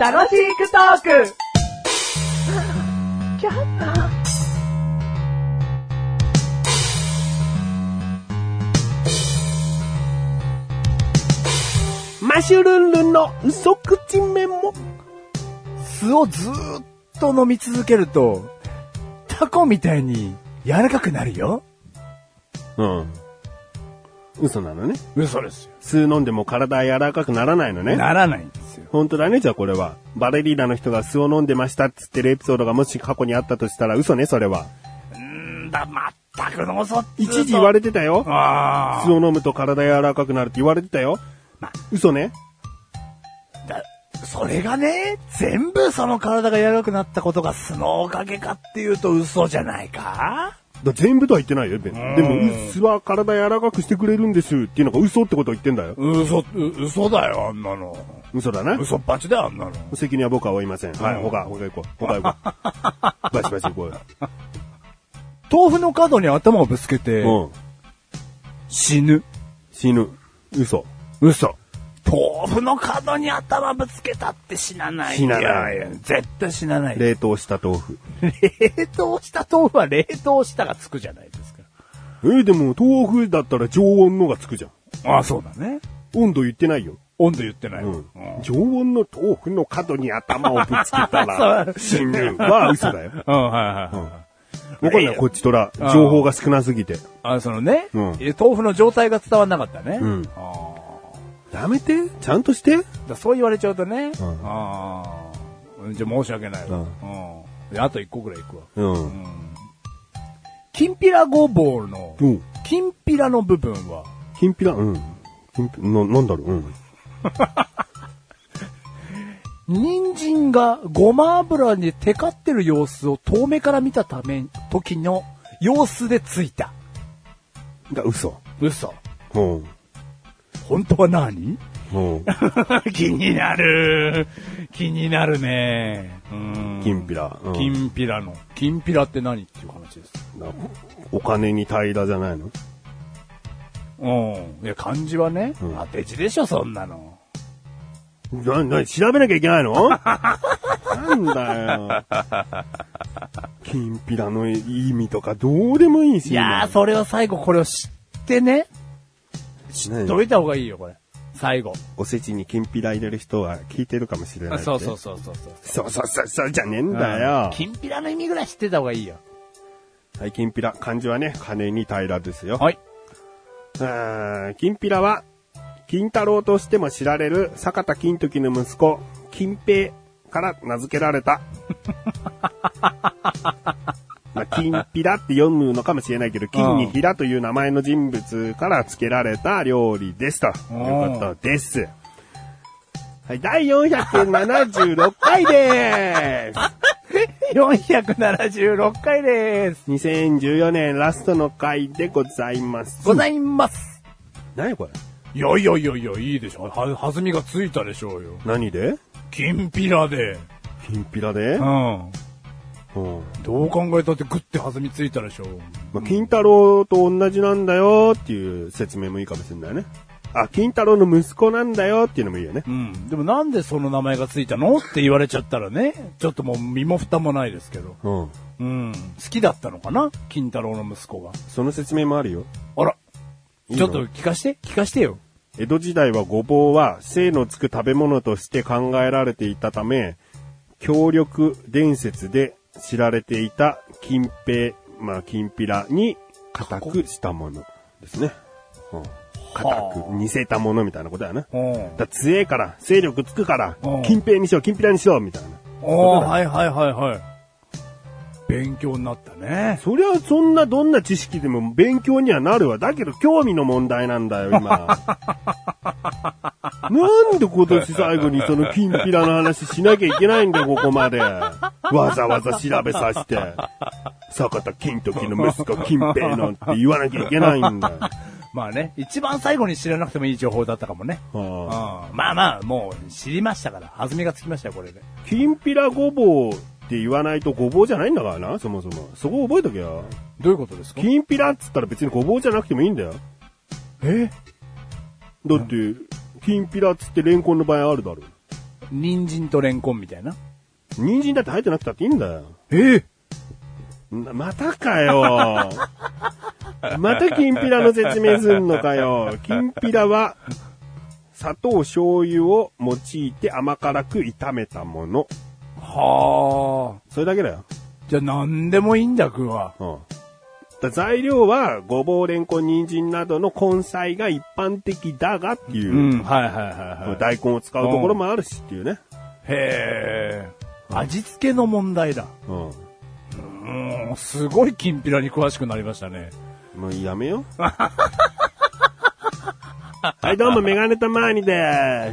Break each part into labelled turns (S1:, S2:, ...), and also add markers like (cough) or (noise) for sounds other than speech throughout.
S1: 楽しくトーク
S2: マシュルンルンの嘘口メモ。
S3: 酢をずーっと飲み続けると、タコみたいに柔らかくなるよ。
S2: うん。嘘なのね。
S3: 嘘ですよ。
S2: 酢飲んでも体は柔らかくならないのね。
S3: ならないんですよ。
S2: 本当だね、じゃあこれは。バレリーナの人が酢を飲んでましたっつってるエピソードがもし過去にあったとしたら嘘ね、それは。
S3: んーだ、まったくの嘘っつうと
S2: 一時言われてたよ。
S3: あ
S2: 酢を飲むと体柔らかくなるって言われてたよ。
S3: まあ
S2: 嘘ね。
S3: あ。だそれがね、全部その体が柔らかくなったことが酢のおかげかっていうと嘘じゃないか
S2: だ全部とは言ってないよ、別に
S3: ん
S2: でも、酢は体柔らかくしてくれるんですっていうのが嘘ってことを言ってんだよ。
S3: 嘘、う嘘だよ、あんなの。
S2: 嘘だな。
S3: 嘘っぱちだよ、あんなの。
S2: 責任は僕は負いません。はい、
S3: うん
S2: 他、他行こう。他行こう。バシバシ行こうよ。
S3: 豆腐の角に頭をぶつけて、
S2: うん。
S3: 死ぬ。
S2: 死ぬ。嘘。
S3: 嘘。豆腐の角に頭ぶつけたって死なないよ。
S2: 死なない
S3: やや絶対死なない。
S2: 冷凍した豆腐。
S3: 冷凍した豆腐は冷凍したがつくじゃないですか。
S2: えーでも豆腐だったら常温のがつくじゃん。
S3: ああ、そうだね。
S2: 温度言ってないよ。
S3: 温度言ってない。
S2: う
S3: うん
S2: ん。常温の豆腐の角に頭をぶつけたら
S3: そう
S2: 死ぬは嘘だよ。
S3: うん、はいはいはい。
S2: わかんない、こっちとら。
S3: うん
S2: 情報が少なすぎて。
S3: あそのね、
S2: うん
S3: え豆腐の状態が伝わんなかったね。
S2: うん
S3: あー
S2: やめて。ちゃんとして。
S3: だそう言われちゃうとね。
S2: うん
S3: ああ。じゃあ申し訳ないわ。
S2: うん
S3: うんであと一個ぐらいいくわ。
S2: うん。
S3: きんぴらごぼうの
S2: う、ん。
S3: きんぴらの部分は、
S2: きんぴら、うん。きんぴな、なんだろう、うん。
S3: 人参がごま油にテカってる様子を遠目から見たため、時の様子でついた。
S2: が嘘。
S3: 嘘。
S2: うん。
S3: 本当は何
S2: うん。
S3: (laughs) 気になる。気になるね。うん
S2: きんぴら。うん
S3: きんぴらの。きんぴらって何っていう話です。
S2: なお金に平らじゃないの
S3: うん。いや、漢字はね、
S2: うん
S3: 当て字でしょ、そんなの。
S2: な、な、調べなきゃいけないのなんだよ。きんぴらの意味とかどうでもいいし。
S3: いやー、それを最後これを知ってね、
S2: しない
S3: どいた方がいいよ、これ。最後。
S2: おせちにきんぴら入れる人は聞いてるかもしれない。
S3: そうそう
S2: う。
S3: そうそうそう。
S2: そうそうそう、そうじゃねえんだよ。
S3: きんぴらの意味ぐらい知ってた方がいいよ。
S2: はい、きんぴら。漢字はね、金に平らですよ。
S3: (laughs) はい。
S2: あーきんぴらは、金太郎としても知られる坂田金時の息子、金平から名付けられ (laughs) た。まあ、金ピラって読むのかもしれないけど、金に平という名前の人物から付けられた料理ですと。
S3: う
S2: い
S3: ん
S2: うことです。はい、第476回でーす。
S3: 476回です。
S2: 2014年ラストの回でございます。
S3: ございます。
S2: 何これ
S3: いやいやいやいや、いいでしょ。は、弾みがついたでしょうよ。
S2: 何で
S3: きんぴらで。
S2: 金ピラで
S3: うん。
S2: うん。
S3: どう考えたってグッて弾みついたでしょう。
S2: まあ、金太郎と同じなんだよっていう説明もいいかもしれないね。あ、金太郎の息子なんだよっていうのもいいよね。
S3: うん。でもなんでその名前がついたのって言われちゃったらね、ちょっともう身も蓋もないですけど。
S2: うん。
S3: うん。好きだったのかな金太郎の息子が。
S2: その説明もあるよ。
S3: あら。
S2: いい
S3: ち
S2: の
S3: ょっと聞かして、聞かしてよ。
S2: 江戸時代はごぼうは精のつく食べ物として考えられていたため、協力伝説で知られていた金平、まあ金ピラに固くしたものですね。うん。固く、似せたものみたいなことだよね。
S3: うん。
S2: だ強えから、勢力つくから
S3: うん、
S2: 金平にしよう、金ピラにしよう、みたいな。
S3: おー、はいはいはいはい。勉強になったね。
S2: そりゃそんなどんな知識でも勉強にはなるわ。だけど興味の問題なんだよ、今。なんで今年最後にその金ピラの話しなきゃいけないんだよ、ここまで。わざわざ調べさせて。坂田金時の息子金平なんて言わなきゃいけないんだよ。
S3: まあね、一番最後に知らなくてもいい情報だったかもね。うん
S2: はあ
S3: まあまあ、もう知りましたから。弾みがつきましたよ、これで。
S2: 金ピラごぼうって言わないとごぼうじゃないんだからな、そもそも。そこ覚えとけよ。
S3: どういうことです
S2: 金ピラっつったら別にごぼうじゃなくてもいいんだよ。
S3: え
S2: だって、きんぴらっつってレンコンの場合あるだろう。
S3: 人参とレンコンみたいな。
S2: 人参だって入ってなくたっていいんだよ。
S3: ええ
S2: なまたかよ。 (laughs) またきんぴらの説明すんのかよ。きんぴらは、砂糖醤油を用いて甘辛く炒めたもの。
S3: はあ。
S2: それだけだよ。
S3: じゃあ何でもいいんだ、具は。
S2: うん。だ材料は、ごぼう、れんこん、人参などの根菜が一般的だがっていうう、
S3: ん、はいはいはいはい。
S2: 大根を使うところもあるしっていうね。
S3: へえ。味付けの問題だ。
S2: うん。
S3: うん、すごいきんぴらに詳しくなりましたね。
S2: もうやめよう。はい、どうも、メガネたまーにで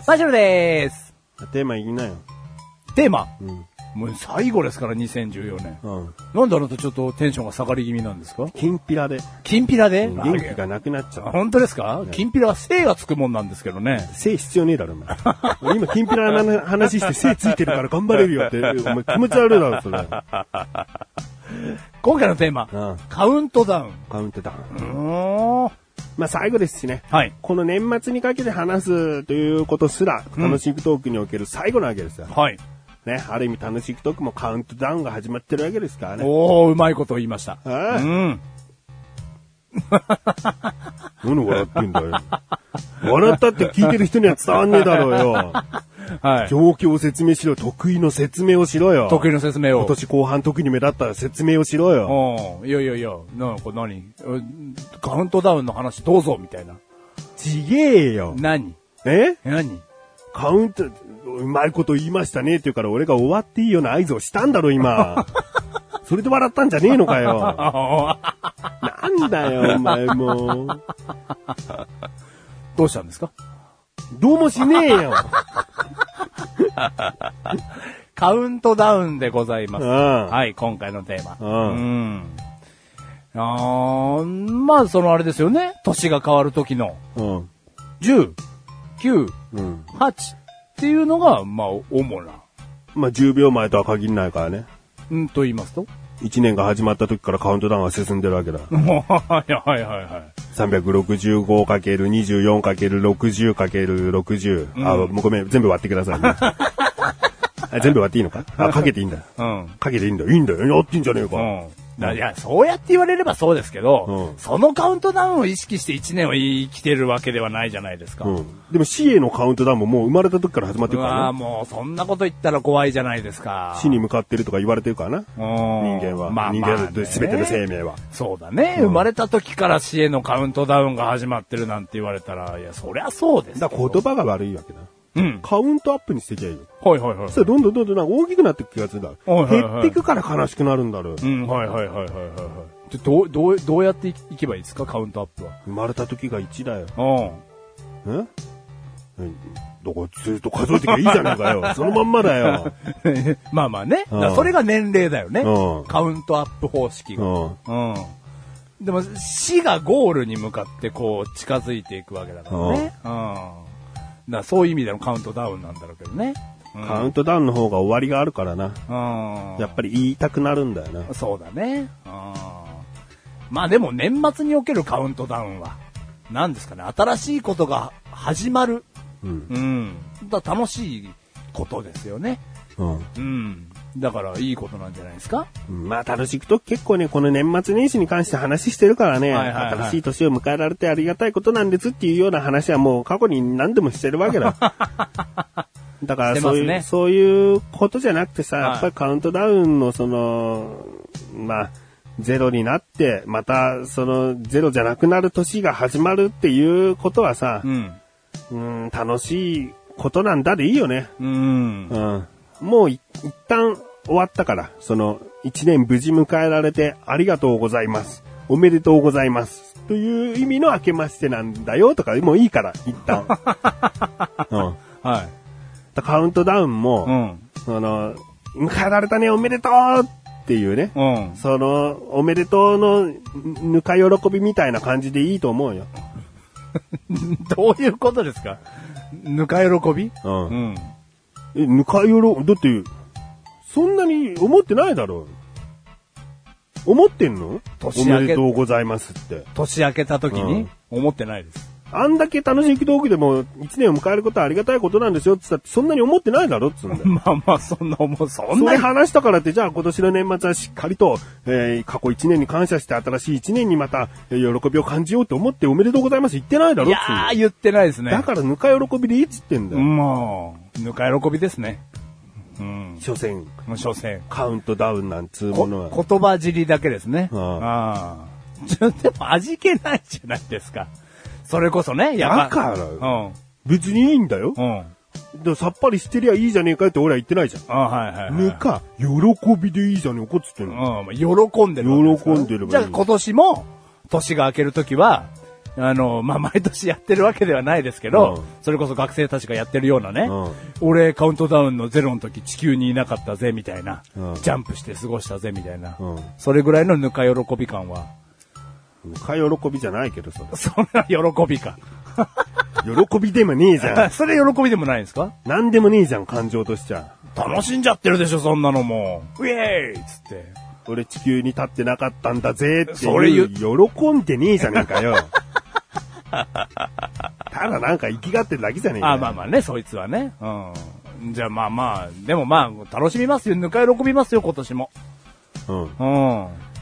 S2: ー
S3: マシュルです。
S2: す。テーマ言いなよ。
S3: テーマ。
S2: うん。
S3: もう最後ですから、2014年。
S2: うん。
S3: なんであなたちょっとテンションが下がり気味なんですか
S2: きんぴらで。
S3: きんぴらで
S2: 元気がなくなっちゃう。
S3: 本当ですかきんぴらは精がつくもんなんですけどね。
S2: 背必要ねえだろ、お前。俺今、きんぴらの話して背ついてるから頑張れるよって、お前気持ち悪いだろ、それ。
S3: 今回のテーマ、
S2: うん
S3: カウントダウン。
S2: カウントダウン。
S3: うーん。
S2: まあ、最後ですしね。
S3: はい。
S2: この年末にかけて話すということすら、楽しくトークにおける最後なわけですよ。
S3: はい。
S2: ね。ある意味楽しくトークもカウントダウンが始まってるわけですからね。
S3: おー、うまいこと言いました。
S2: え
S3: う
S2: ー
S3: ん。
S2: 何笑ってんだよ。笑ったって聞いてる人には伝わんねえだろうよ。
S3: はい。
S2: 状況を説明しろ。得意の説明をしろよ。
S3: 得意の説明を。
S2: 今年後半特に目立った説明をしろよ。
S3: うん。いやいやいや、なんか何うんカウントダウンの話どうぞ、みたいな。
S2: ちげえよ。
S3: 何
S2: え
S3: 何
S2: カウント、うまいこと言いましたねって言うから俺が終わっていいような合図をしたんだろ、
S3: (laughs)
S2: 今。それで笑ったんじゃねえのかよ。なんだよ、お前もう。
S3: (laughs) どうしたんですか
S2: どうもしねえよ。
S3: カウントダウンでございます。
S2: うん
S3: (laughs) はい、今回のテーマ。。
S2: うん
S3: あーまあ、そのあれですよね。年が変わる時の
S2: うん。
S3: 10、9、
S2: うん。
S3: 8っていうのが、まあ、主な。
S2: まあ、10秒前とは限らないからね。
S3: うん、と言いますと (laughs)
S2: 1年が始まった時からカウントダウンは進んでるわけだ。
S3: はいはいはいはい。
S2: 365×24×60×60。あ、もうごめん、全部割ってくださ
S3: (laughs)
S2: いね。あ全部割っていいのかあ、かけていいんだ。
S3: うん。
S2: かけていいんだよ。いいんだよ。やってんじゃねえか。
S3: うんだ。いや、そうやって言われればそうですけど、
S2: うん
S3: そのカウントダウンを意識して1年を生きてるわけではないじゃないですか。
S2: うん。でも死へのカウントダウンももう生まれた時から始まって
S3: う
S2: るか
S3: わ
S2: ら
S3: あ
S2: ね。
S3: もうそんなこと言ったら怖いじゃないですか。
S2: 死に向かってるとか言われてるからな。
S3: 人
S2: 人間は。
S3: まあ、
S2: 人
S3: まあ
S2: 間
S3: ね
S2: の全ての生命は。
S3: そうだね、生まれた時から死へのカウントダウンが始まってるなんて言われたら、いや、そりゃそうですけ
S2: だ
S3: ど。
S2: から言葉が悪いわけだ。
S3: うん。
S2: カウントアップにしてきゃいいよ。
S3: はいはいはい
S2: そし。たらどんどんどんどんなんか大きくなっていく気がするんだ。
S3: はいはいはい
S2: 減っていくから悲しくなるんだろう。
S3: うん、はいはいはいはいはいはい。じゃどう、どう、どうやっていいけばいいですか、カウントアップ
S2: 生まれた時が1だよ。
S3: は。
S2: えうんだからずっと数えてきゃいいじゃねえか (laughs) よ。そのまんまだよ。
S3: うん。 (laughs) まあまあね。
S2: う
S3: だ
S2: ん
S3: からそれが年齢だよね
S2: うん。
S3: カウントアップ方式
S2: う
S3: が。
S2: ん。
S3: うん。でも、死がゴールに向かってこう、近づいていくわけだからね。うん。だからそういう意味でのカウントダウンなんだろうけどね。うん
S2: カウントダウンの方が終わりがあるからな。
S3: うん。
S2: やっぱり言いたくなるんだよな。
S3: そうだね。うん。まあでも年末におけるカウントダウンは、何ですかね、新しいことが始まる。
S2: うん。
S3: うん。だ楽しいことですよね。
S2: うん。
S3: うん。だからいいことなんじゃないですか
S2: まあ、楽しくと結構ね、この年末年始に関して話してるからね、
S3: はいはいはい
S2: 新しい年を迎えられてありがたいことなんですっていうような話はもう過去に何度もしてるわけ
S3: (laughs)
S2: だ。だから
S3: してま
S2: そうい
S3: す
S2: う、
S3: ね
S2: そういうことじゃなくてさ、
S3: はい
S2: やっぱりカウントダウンのその、まあ、ゼロになって、また、その、ゼロじゃなくなる年が始まるっていうことはさ、
S3: ん。
S2: うん、楽しいことなんだでいいよね。
S3: うん。
S2: うんもうい一旦終わったから、その、一年無事迎えられてありがとうございます。おめでとうございます。という意味の明けましてなんだよとか、もういいから、一旦。うん、
S3: はい。
S2: だカウントダウンも、
S3: うん。
S2: その、迎えられたね、おめでとうっていうね、
S3: うん。
S2: その、おめでとうのぬぬか喜びみたいな感じでいいと思うよ。
S3: どういうことですかぬか喜び
S2: うん
S3: うん。
S2: え、ぬかよろ、だって、そんなに思ってないだろう。思ってんのお
S3: 年明け
S2: めでとうございますって。
S3: 年明けた時に思ってないです。
S2: あんだけ楽しい道具でも1年を迎えることはありがたいことなんですよって言ったって、そんなに思ってないだろっつうんだよ。
S3: まあまあ、そんな思う、 (laughs) そん
S2: そ
S3: な
S2: れ
S3: に。
S2: 話したからって、じゃあ今年の年末はしっかりと、えー過去1年に感謝して新しい1年にまた、えー喜びを感じようと思っておめでとうございます言ってないだ
S3: い
S2: ろっ
S3: や
S2: つうんだ
S3: ー、
S2: よ
S3: 言ってないですね。
S2: だからぬか喜びでいいっつってんだよ。
S3: もう、ぬか喜びですね。うん。
S2: 所詮、
S3: もう所詮。
S2: カウントダウンなんつうも
S3: こ
S2: のは。
S3: 言葉尻だけですね。
S2: あ
S3: ああ。ちょでも味気ないじゃないですか。それこそね、やっぱ。
S2: だから
S3: うん。
S2: 別にいいんだよ。
S3: うん。あ
S2: だからさっぱりしてりゃいいじゃねえかよって俺は言ってないじゃん。
S3: あ、はいはいはい。
S2: ぬか、喜びでいいじゃねえかっつってん
S3: うん
S2: の。
S3: まあ、喜んでるわけですから
S2: 喜んでればいい
S3: じゃあ今年も、年が明けるときは、あの、まあ、毎年やってるわけではないですけど、
S2: うん
S3: それこそ学生たちがやってるようなね、
S2: うん
S3: 俺カウントダウンのゼロの時地球にいなかったぜ、みたいな、
S2: うん
S3: ジャンプして過ごしたぜ、みたいな、
S2: うん
S3: それぐらいのぬか喜び感は、 (laughs)
S2: ぬか喜びじゃないけどさ。
S3: そんな喜びか。
S2: 喜びでもねえじゃん。
S3: (laughs) それ喜びでもないんですか
S2: なんでもねえじゃん、感情としちゃ。
S3: 楽しんじゃってるでしょ、そんなのもう。ウェーイっつって。
S2: 俺地球に立ってなかったんだぜって
S3: それ
S2: い
S3: 言
S2: う喜んでねえじゃねえ
S3: (laughs)
S2: かよ。ただなんか生きがってるだけじゃねえか
S3: あまあまあね、そいつはね。うん。じゃあまあまあ、でもまあ、楽しみますよ。ぬか喜びますよ、今年も。
S2: あ、うん。
S3: うん。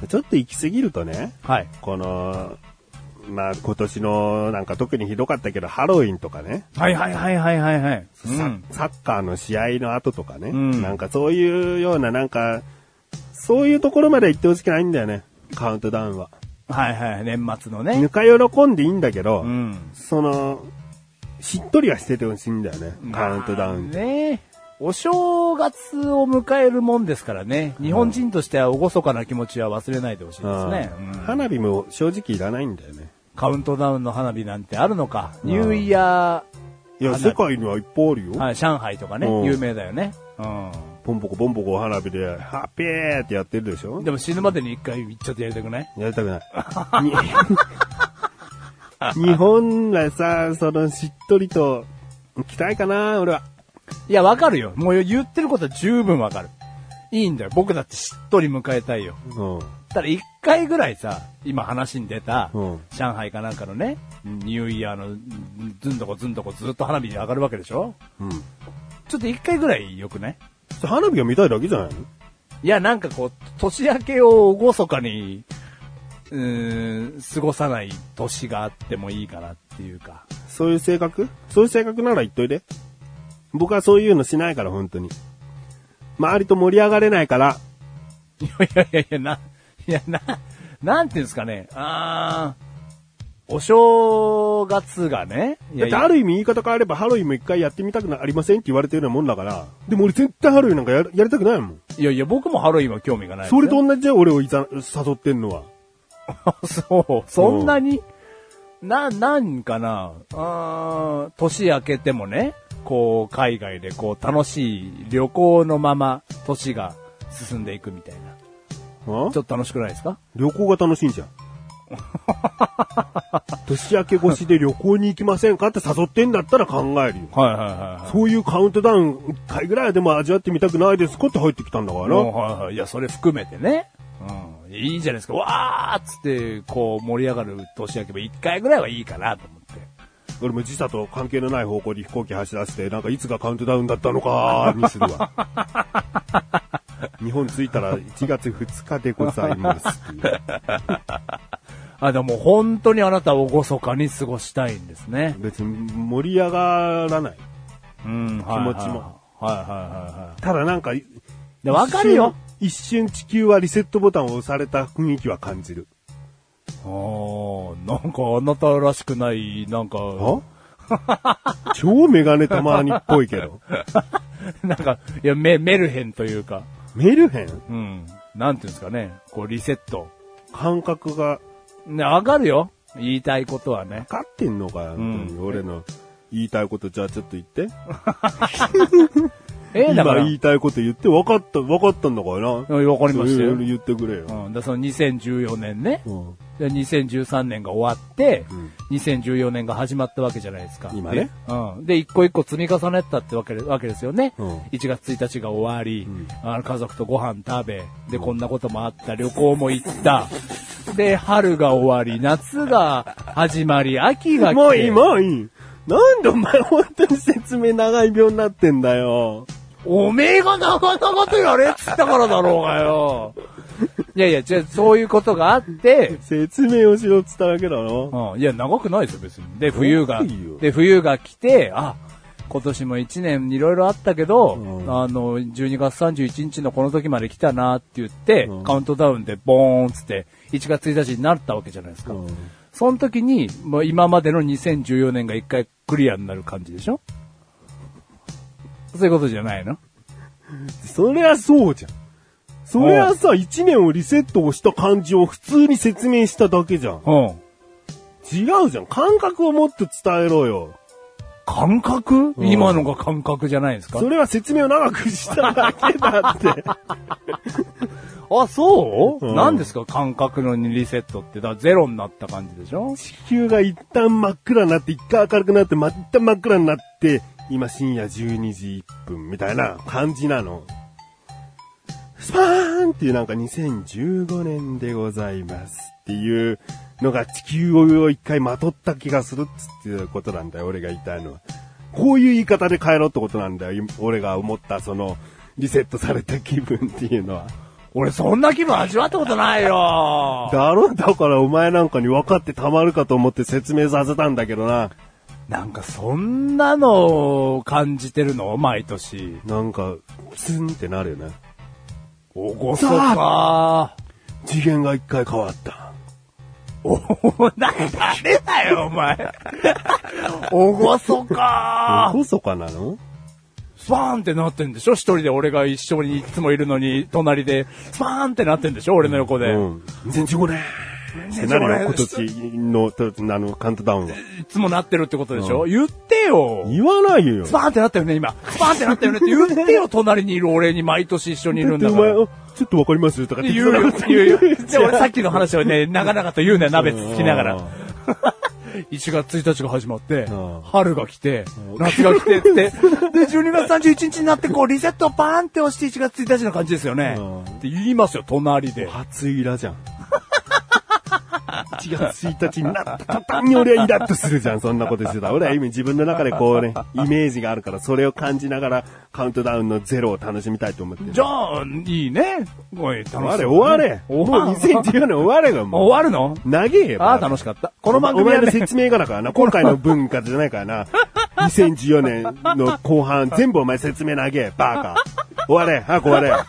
S2: ちょっと行き過ぎるとね、
S3: はい。
S2: この、まあ今年のなんか特にひどかったけど、ハロウィンとかね、
S3: はいはいはいはいはいはい。う
S2: サ
S3: ん。
S2: サッカーの試合の後とかね、
S3: うん
S2: なんかそういうようななんか、そういうところまでは行ってほしくないんだよね、カウントダウンは。
S3: はいはい、年末のね。
S2: ぬか喜んでいいんだけど、
S3: うん。
S2: その、しっとりはしててほしいんだよね、カウントダウンって。
S3: ねお正月を迎えるもんですからね。日本人としては厳かな気持ちは忘れないでほしいですね。
S2: う
S3: うんん
S2: 花火も正直いらないんだよね。
S3: カウントダウンの花火なんてあるのか。ニューイヤ
S2: いや、
S3: 花火
S2: 世界にはいっぱいあるよ。
S3: ー、はい、上海とか
S2: うん
S3: ね、有名だよね。うん。
S2: ポンポコポンポコ花火で、ハッピーってやってるでしょ
S3: でも死ぬまでに一回ちょっとやりたくない
S2: やりたく
S3: (laughs)
S2: ない。に日本がさ、そのしっとりと、期待かな、俺は。
S3: いや、わかるよ。もう言ってることは十分わかる。いいんだよ。僕だってしっとり迎えたいよ。
S2: うん。
S3: ただ一回ぐらいさ、今話に出た、
S2: うん
S3: 上海かなんかのね、ニューイヤーの、ずんどこずんどこずっと花火上がるわけでしょ
S2: うん。
S3: ちょっと一回ぐらい良くない
S2: それ花火が見たいだけじゃないの
S3: いや、なんかこう、年明けを厳かに、うーん、過ごさない年があってもいいかなっていうか。
S2: そういう性格そういう性格なら言っといで。僕はそういうのしないから、本当に。周りと盛り上がれないから、
S3: いやいやいや、な、いや、な、なんていうんですかね。あー、お正月がね。い
S2: だ
S3: や
S2: っ
S3: い
S2: て
S3: や
S2: ある意味言い方変えればハロウィンも一回やってみたくなありませんって言われてるようなもんだから。でも俺絶対ハロウィンなんかややりたくないもん。
S3: いやいや、僕もハロウィンは興味がないです
S2: そ
S3: よ、
S2: れと同じじゃん俺をいざ誘ってんのは。
S3: そう、そんなに、な、なんかな、うーん、年明けてもね、こう、海外でこう、楽しい旅行のまま、年が進んでいくみたいな。
S2: あ
S3: ちょっと楽しくないですか
S2: 旅行が楽しい
S3: (laughs)
S2: じゃん。年明け越しで旅行に行きませんかって誘ってんだったら考えるよ。
S3: はいはいは
S2: そういうカウントダウン1回ぐらいはでも味わってみたくないですかって入ってきたんだから
S3: い。もうはいはい。いや、それ含めてね。うん。いいじゃないですか。わーっつって、こう、盛り上がる年明けも一回ぐらいはいいかなと思って。
S2: 俺も時差と関係のない方向に飛行機走らせて、なんかいつがカウントダウンだったの
S3: (laughs)
S2: かにするわ。日本着いたら1月2日でございますっていう。
S3: あ、でも本当にあなたを厳かに過ごしたいんですね。
S2: 別に盛り上がらない。
S3: うん、気持
S2: はいはいはい。
S3: はいはいはいは
S2: ただなんか、
S3: い。で、わかるよ。
S2: 一瞬。一瞬地球はリセットボタンを押された雰囲気は感じ
S3: (laughs)
S2: る。
S3: あー、なんかあなたらしくない、なんか、
S2: あ超メガネたまにっぽいけ
S3: (laughs)
S2: ど。
S3: (laughs) なんか、いや、メ、メルヘンというか、
S2: メルヘン
S3: うん、なんていうんですかね、こうリセット。
S2: 感覚が
S3: ね、わかるよ。言いたいことはね。
S2: 分かってんのかよ、本当に。
S3: う
S2: 俺の言いたいことじゃあちょっと言って。
S3: えー、だか
S2: 今
S3: ら、
S2: 言いたいこと言って分かった、分かったんだからな。
S3: うんわかりましたよ
S2: そういうの言ってくれよ。
S3: うん、だからその2014年ね、
S2: うん
S3: で2013年が終わって、
S2: うん
S3: 2014年が始まったわけじゃないですか。
S2: 今ね
S3: で。うん。で、一個一個積み重ねたってわけでわけですよね。
S2: うん
S3: 1月1日が終わり、
S2: ん
S3: あの家族とご飯食べ、で、こんなこともあった、旅行も行った。で、春が終わり、夏が始まり、秋が来て。
S2: もういい、もういい。なんでお前本当に説明長い病になってんだよ。
S3: おめえが長々とやれっつったからだろうがよ。いやいや、じゃあそういうことがあって、
S2: 説明をしろっつっただけだろ。
S3: うん、いや、長くないですよ、別に。で、冬が
S2: 長いよ、
S3: で、冬が来て、あ、今年も一年いろいろあったけど、
S2: うん
S3: あの、12月31日のこの時まで来たなって言って、
S2: うん
S3: カウントダウンでボーンっつって、1月1日になったわけじゃないですか。
S2: うん
S3: その時に、もう今までの2014年が一回クリアになる感じでしょそういうことじゃないの
S2: そりゃそうじゃん。そりゃさ、一年をリセットをした感じを普通に説明しただけじゃん。
S3: うん。
S2: 違うじゃん。感覚をもっと伝えろよ。
S3: 感覚、
S2: うん
S3: 今のが感覚じゃないですか
S2: それは説明を長くしただけだって。
S3: あ、そう
S2: うん
S3: 何ですか感覚のリセットって。だからゼロになった感じでしょ
S2: 地球が一旦真っ暗になって、一回明るくなって、ま、一旦真っ暗になって、今深夜12時1分みたいな感じなの。スパーンっていうなんか2015年でございますっていうのが地球を一回まとった気がするっつっていうことなんだよ、俺が言いたいのは。こういう言い方で帰ろうってことなんだよ、俺が思ったそのリセットされた気分っていうのは。
S3: 俺そんな気分味わったことないよ
S2: だろだからお前なんかに分かってたまるかと思って説明させたんだけどな。
S3: なんかそんなのを感じてるの毎年。
S2: なんか、ツンってなるよね。
S3: おごそか
S2: 次元が一回変わった。
S3: おお、な、誰だよ、お前。おごそか
S2: こそかなの
S3: スパーンってなってんでしょ一人で俺が一緒にいつもいるのに、隣で、スパーンってなってんでしょ俺の横で。
S2: うん。2015年ってなるよ、今年の、とあの、カウントダウンは。
S3: いつもなってるってことでしょ、言ってよ
S2: 言わないよ。
S3: スパーンってなったよね、今。スパーンってなったよねって言ってよ、隣にいる俺に毎年一緒にいるん
S2: で
S3: だ
S2: お
S3: か
S2: 前、あ
S3: ら。
S2: ちょっとわかりますとかって
S3: 言うよ、言う
S2: (laughs)
S3: よ。で、俺さっきの話をね、長々と言うね、鍋つつきなが
S2: うん
S3: ら。1月1日が始まって
S2: うん、
S3: 春が来て、夏が来てって、で、12月31日になって、こう、リセットをパーンって押して1月1日の感じですよね
S2: うん。
S3: って言いますよ、隣で。
S2: 初イラじゃん。1月1日になった途端に俺はイラッとするじゃん、そんなことしてたら。俺は今自分の中でこうね、イメージがあるから、それを感じながらカウントダウンのゼロを楽しみたいと思ってる
S3: じゃあ、いいね。おい、楽し
S2: 終われ、終われ。もう
S3: 終わる
S2: 2014年終われがもう。
S3: 終わるの
S2: 長えよ。
S3: ああ、楽しかった。この番組
S2: お前
S3: は
S2: の
S3: ね、
S2: 説明がだからな。今回の文化じゃないからな。2014年の後
S3: (laughs)
S2: 半、全部お前説明長え。バカ。終われ、早く終われ。
S3: (laughs)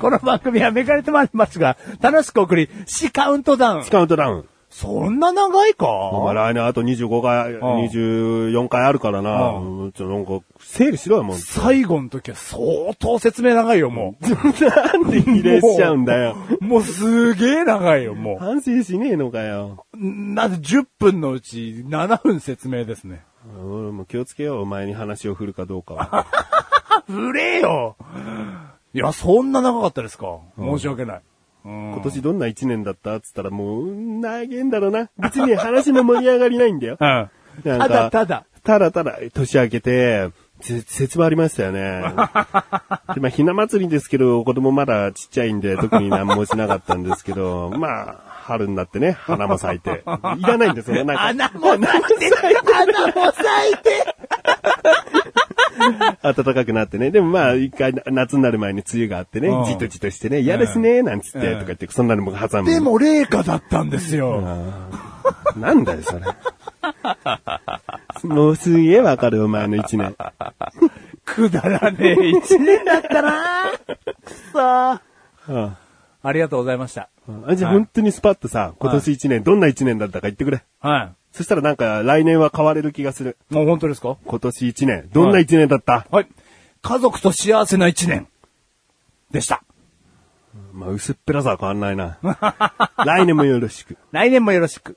S3: この番組はめかれてまいりますが、楽しく送り、シカウントダウン
S2: ス。カウントダウン。
S3: そんな長いか
S2: お前来年あと25回、24回あるからな。
S3: うん
S2: うんちょ、なんか、整理しろよ、も
S3: (laughs)
S2: う。
S3: 最後の時は相当説明長いよ、も
S2: なんで
S3: う。
S2: 入れしちゃうんだよ。
S3: もう。もうすげえ長いよ、も
S2: 反省しねえのかよ。
S3: う。なんで10分のうち7分説明ですね。
S2: 俺も気をつけよう、お前に話を振るかどうかは。
S3: あ、ぶれよいや、そんな長かったですか。申し訳ない。うん。
S2: 今年どんな一年だったっつったらもう、投げんだろうな。別に話の盛り上がりないんだよ
S3: (laughs) うん。
S2: なんか
S3: ただただ。
S2: ただただ、年明けて、せ、節もありました
S3: (laughs)
S2: よね。でまあ、ひな祭りですけど、子供まだちっちゃいんで、特に何もしなかったんですけ
S3: (laughs)
S2: ど、まあ、春になってね、花も咲いて。いらないんですよ、なんか。
S3: 穴も咲いて、穴も咲いて。
S2: 暖かくなってね。でもまあ、一回夏になる前に梅雨があってね
S3: うん、
S2: じとじとしてね、嫌ですね、なんつって、
S3: うん
S2: とか言って、そんなのも挟む。
S3: で、も、霊下だったんですよ。
S2: なんだよ、それ。 (laughs) もうすげえわかる、お前の一年。
S3: くだらねえ一年だっ
S2: (laughs)
S3: たなくそー
S2: うん
S3: ありがとうございました。
S2: あじゃあ
S3: はい
S2: 本当にスパッとさ、今年一年、どんな一年だったか言ってくれ。
S3: は
S2: そしたらなんか来年は変われる気がする。
S3: い。もう本当ですか
S2: 今年一年、どんな一年だった、
S3: はい。家族と幸せな一年。でした。
S2: まあ薄っぺらさは変わんないな。来年もよろしく。
S3: (laughs) 来年もよろしく。